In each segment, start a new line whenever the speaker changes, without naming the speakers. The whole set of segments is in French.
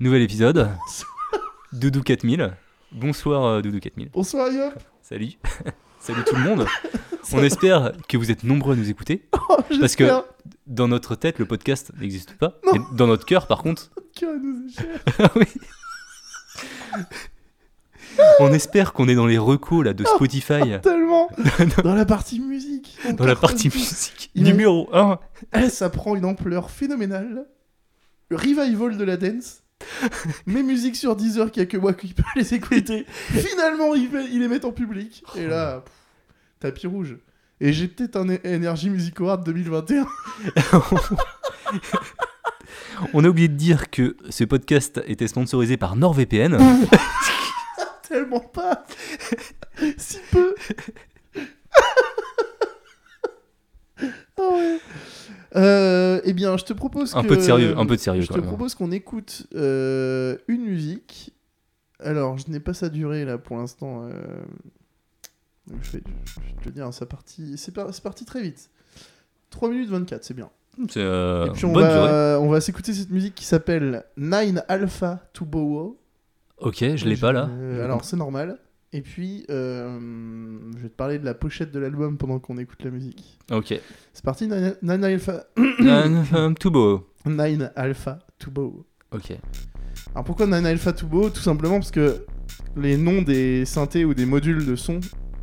Nouvel épisode. Doudou 4000. Bonsoir euh, Doudou 4000.
Bonsoir Yop
Salut. Salut tout le monde. On espère que vous êtes nombreux à nous écouter. Parce que-
J'espère
Dans notre tête, le podcast n'existe pas.
Non.
Mais dans notre cœur, par contre,
qu'à nos échelles.
Ah oui. on espère qu'on est dans les recos là, de
Oh.
Spotify,
Tellement Dans la partie musique on
dans la
cartonne
partie
tout.
musique.
Il-
Numéro 1.
Eh, Ça prend une ampleur phénoménale. Le revival de la dance. Mes musiques sur Deezer, qu'il n'y a que moi qui peux les écouter. Finalement, ils, fait- ils les mettent en public. Et
Oh.
là, pff, tapis rouge. Et j'ai peut-être un é- Energy Music Award 2021.
On a oublié de dire que ce podcast était sponsorisé par NordVPN.
Tellement pas Si peu Ah ouais. Euh, eh bien, je te propose
Un
que-
peu de sérieux, un peu de sérieux
Je
quand
te
même.
propose qu'on écoute euh, une musique. Alors, je n'ai pas sa durée là pour l'instant. euh, donc je, vais, je vais te le dire, ça parti... c'est par- c'est parti très vite. 3 minutes 24, c'est bien.
C'est euh,
Et puis on
bonne durée.
va, on va s'écouter cette musique qui s'appelle Nine Alpha to Bowo.
Ok, je l'ai pas là.
Euh, alors c'est normal. Et puis, euh, je vais te parler de la pochette de l'album pendant qu'on écoute la musique.
Ok.
C'est parti, Nine Nine Alpha,
Un- un tout beau.
Nine Alpha to Bow.
Ok.
Alors pourquoi Nine Alpha to Bow Tout simplement parce que les noms des synthés ou des modules de son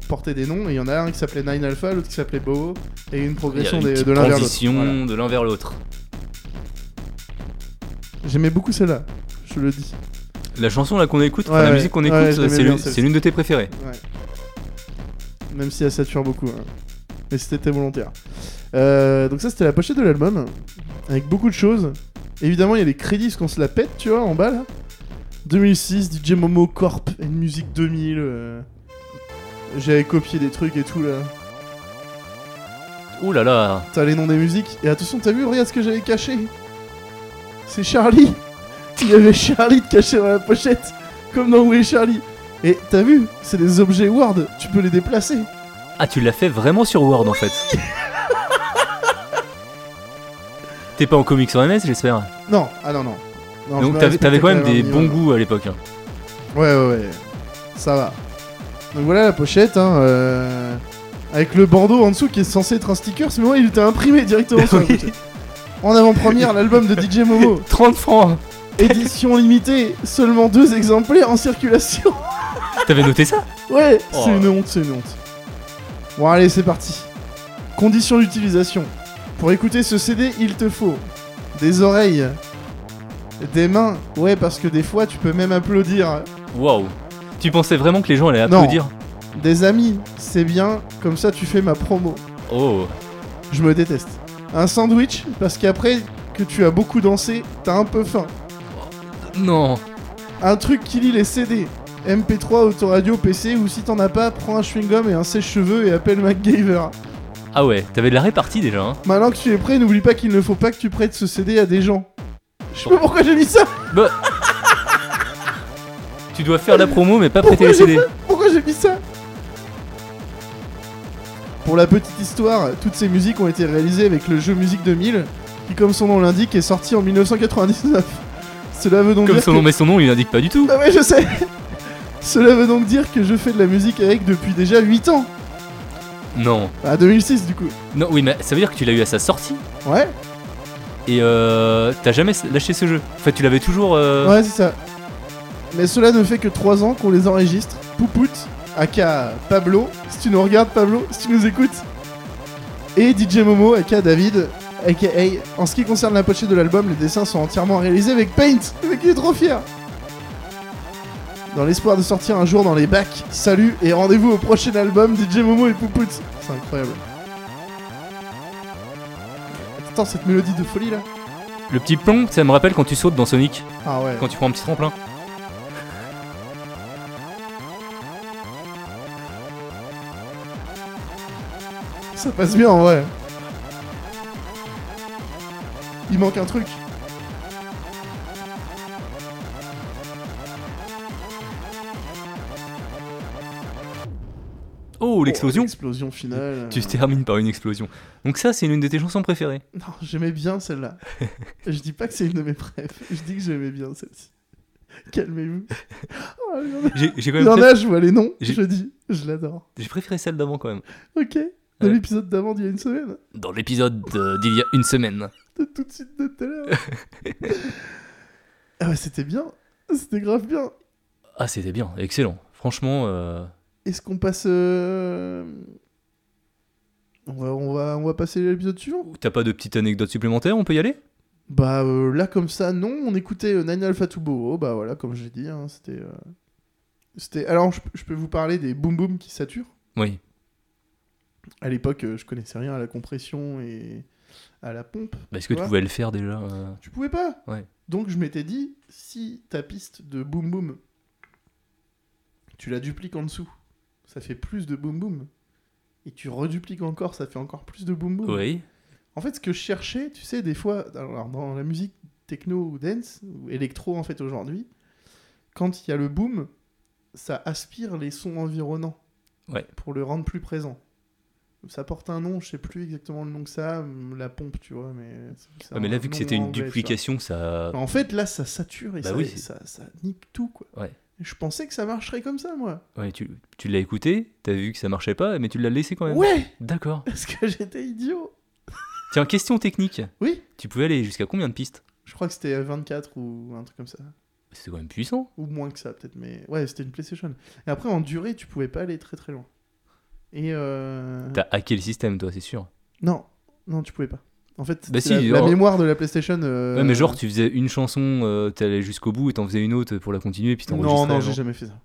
portaient des noms. Et il y en a un qui s'appelait Nine Alpha, l'autre qui s'appelait Bow. Et une
Il y a
progression
une
des-
petite
de l'un vers l'autre.
transition
Voilà.
de l'un vers l'autre.
J'aimais beaucoup celle-là, je le dis.
La chanson là qu'on écoute, enfin,
Ouais,
la
ouais.
musique qu'on
Ouais,
écoute,
je l'aimais
c'est
bien,
l'une-
celle-ci.
c'est l'une de tes préférées.
Ouais. Même si elle sature beaucoup. hein. Mais c'était volontaire. Euh, donc ça, c'était la pochette de l'album. Avec beaucoup de choses. Évidemment, il y a les crédits, parce qu'on se la pète, tu vois, en bas, là. 2006, DJ Momo Corp, une musique 2000. euh. J'avais copié des trucs et tout, là.
Ouh là là,
T'as les noms des musiques. Et attention, t'as vu, regarde ce que j'avais caché. C'est Charlie. Il y avait Charlie de caché dans la pochette. Comme dans Où est Charlie. Et t'as vu, c'est des objets Word. Tu peux les déplacer.
ah tu l'as fait vraiment sur Word en fait. T'es pas en comics sur MS j'espère.
Non, ah non, non. Non, je
Donc t'avais
me respectais
t'avais quand même
un
des bons
minimum.
goûts à l'époque. hein.
Ouais, ouais, ouais. Ça va. Donc voilà la pochette, hein. euh, Avec le bandeau en dessous qui est censé être un sticker, mais moi il était imprimé directement sur la
Oui.
pochette. En avant-première, l'album de DJ Momo.
30 francs
Édition limitée, seulement deux exemplaires en circulation.
T'avais noté ça
Ouais,
Oh.
c'est une honte, c'est une honte. Bon, allez, c'est parti. Conditions d'utilisation. Pour écouter ce CD, il te faut des oreilles, des mains. Ouais, parce que des fois, tu peux même applaudir.
Waouh Tu pensais vraiment que les gens allaient
Non.
applaudir
Des amis, c'est bien, comme ça, tu fais ma promo.
Oh
Je me déteste. Un sandwich, parce qu'après que tu as beaucoup dansé, t'as un peu faim.
non
Un truc qui lit les CD. MP3, autoradio, PC, ou si t'en as pas, prends un chewing-gum et un sèche-cheveux et appelle MacGyver.
Ah ouais, t'avais de la répartie déjà hein.
Maintenant Bah, que tu es prêt, n'oublie pas qu'il ne faut pas que tu prêtes ce CD à des gens. Je sais pas pourquoi j'ai mis ça
Tu dois faire la promo mais pas prêter
Pourquoi
les CD.
j'ai, pas- pourquoi j'ai mis ça Pour la petite histoire, toutes ces musiques ont été réalisées avec le jeu Musique 2000, qui comme son nom l'indique est sorti en 1999. Cela veut donc
Comme
dire
son
que...
nom mais son nom il l'indique pas du tout.
Ah ouais, je sais Cela veut donc dire que je fais de la musique avec depuis déjà 8 ans.
Non.
À 2006 du coup.
Non oui mais ça veut dire que tu l'as eu à sa sortie
Ouais,
et euh, t'as jamais lâché ce jeu. En fait tu l'avais toujours... euh,
ouais, c'est ça. Mais cela ne fait que 3 ans qu'on les enregistre. Poupoute, aka Pablo, si tu nous regardes Pablo, si tu nous écoutes. Et DJ Momo, aka David, aka... En ce qui concerne la pochette de l'album, les dessins sont entièrement réalisés avec Paint. Le mec il est trop fier. Dans l'espoir de sortir un jour dans les bacs, salut et rendez-vous au prochain album DJ Momo et Poupoute. C'est incroyable. Attends, cette mélodie de folie là.
Le petit plomb, ça me rappelle quand tu sautes dans Sonic,
Ah ouais.
quand tu prends un petit tremplin.
Ça passe bien en vrai. Il manque un truc.
Oh, l'explosion
Explosion finale.
Tu termines par une explosion. Donc ça, c'est l'une de tes chansons préférées.
Non, j'aimais bien celle-là. je dis pas que c'est une de mes préf. Je dis que j'aimais bien celle-ci. Calmez-vous. Oh, il y en a-
J'ai j'ai quand
il y
même
en
fait-
a, je vois les noms,
J'ai-
je dis, je l'adore.
j'ai préféré celle d'avant quand même.
Ok, de
Ouais.
l'épisode d'avant d'il y a une semaine,
Dans l'épisode euh, d'il y a une semaine.
de tout de suite de tout à l'heure. ah ouais, c'était bien, c'était grave bien.
Ah, c'était bien, excellent. Franchement, euh,
Est-ce qu'on passe... euh, On, va, on, va, on va passer à l'épisode suivant
t'as pas de petite anecdote supplémentaire On peut y aller
Bah euh, là, comme ça, non, on écoutait euh, Nine Alpha Tubo, bah voilà, comme j'ai dit, hein, c'était... euh, C'était... Alors, je, je peux vous parler des boom boom qui saturent
Oui.
À l'époque, euh, je connaissais rien à la compression et à la pompe.
Bah, Est-ce que
Ouais.
tu pouvais le faire déjà euh,
Tu pouvais pas.
Ouais.
Donc je m'étais dit, si ta piste de boom boom, tu la dupliques en dessous, ça fait plus de boom boom. Et tu redupliques encore, ça fait encore plus de boom boom.
Oui.
En fait, ce que je cherchais, tu sais, des fois, alors dans la musique techno ou dance, ou électro en fait aujourd'hui, quand il y a le boom, ça aspire les sons environnants
Ouais.
pour le rendre plus présent. Ça porte un nom, je sais plus exactement le nom que ça, hum, la pompe, tu vois, mais. c'est- c'est
Ah, mais là,
un
vu que
nom
c'était une
anglais, tu vois.
duplication, ça.
Mais En fait, là, ça sature et
Bah
ça,
oui, c'est-
ça, ça nique tout, quoi.
Ouais.
Je pensais que ça marcherait comme ça, moi.
Ouais, tu tu l'as écouté, t'as vu que ça marchait pas, mais tu l'as laissé quand même.
Ouais,
D'accord.
parce que j'étais idiot.
Tiens, question technique.
Oui.
Tu pouvais aller jusqu'à combien de pistes
Je crois que c'était 24 ou un truc comme ça.
C'est quand même puissant.
ou moins que ça peut-être, mais ouais, c'était une PlayStation. Et après, en durée, tu pouvais pas aller très très loin. Et euh...
T'as hacké le système, toi, c'est sûr.
non, non, tu pouvais pas. En fait,
Bah
c'est
si,
la,
genre-
la mémoire de la PlayStation. euh,
Ouais, mais genre, tu faisais une chanson, euh, t'allais jusqu'au bout et t'en faisais une autre pour la continuer, puis
non,
t'enregistrais.
non,
avant.
j'ai jamais fait ça,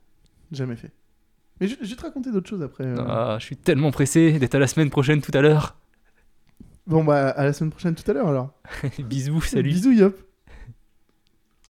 jamais fait. Mais je, je vais te raconter d'autres choses après. euh.
Ah, je suis tellement pressé d'être à la semaine prochaine tout à l'heure.
Bon bah à la semaine prochaine tout à l'heure alors.
Bisous, salut.
Bisous yop.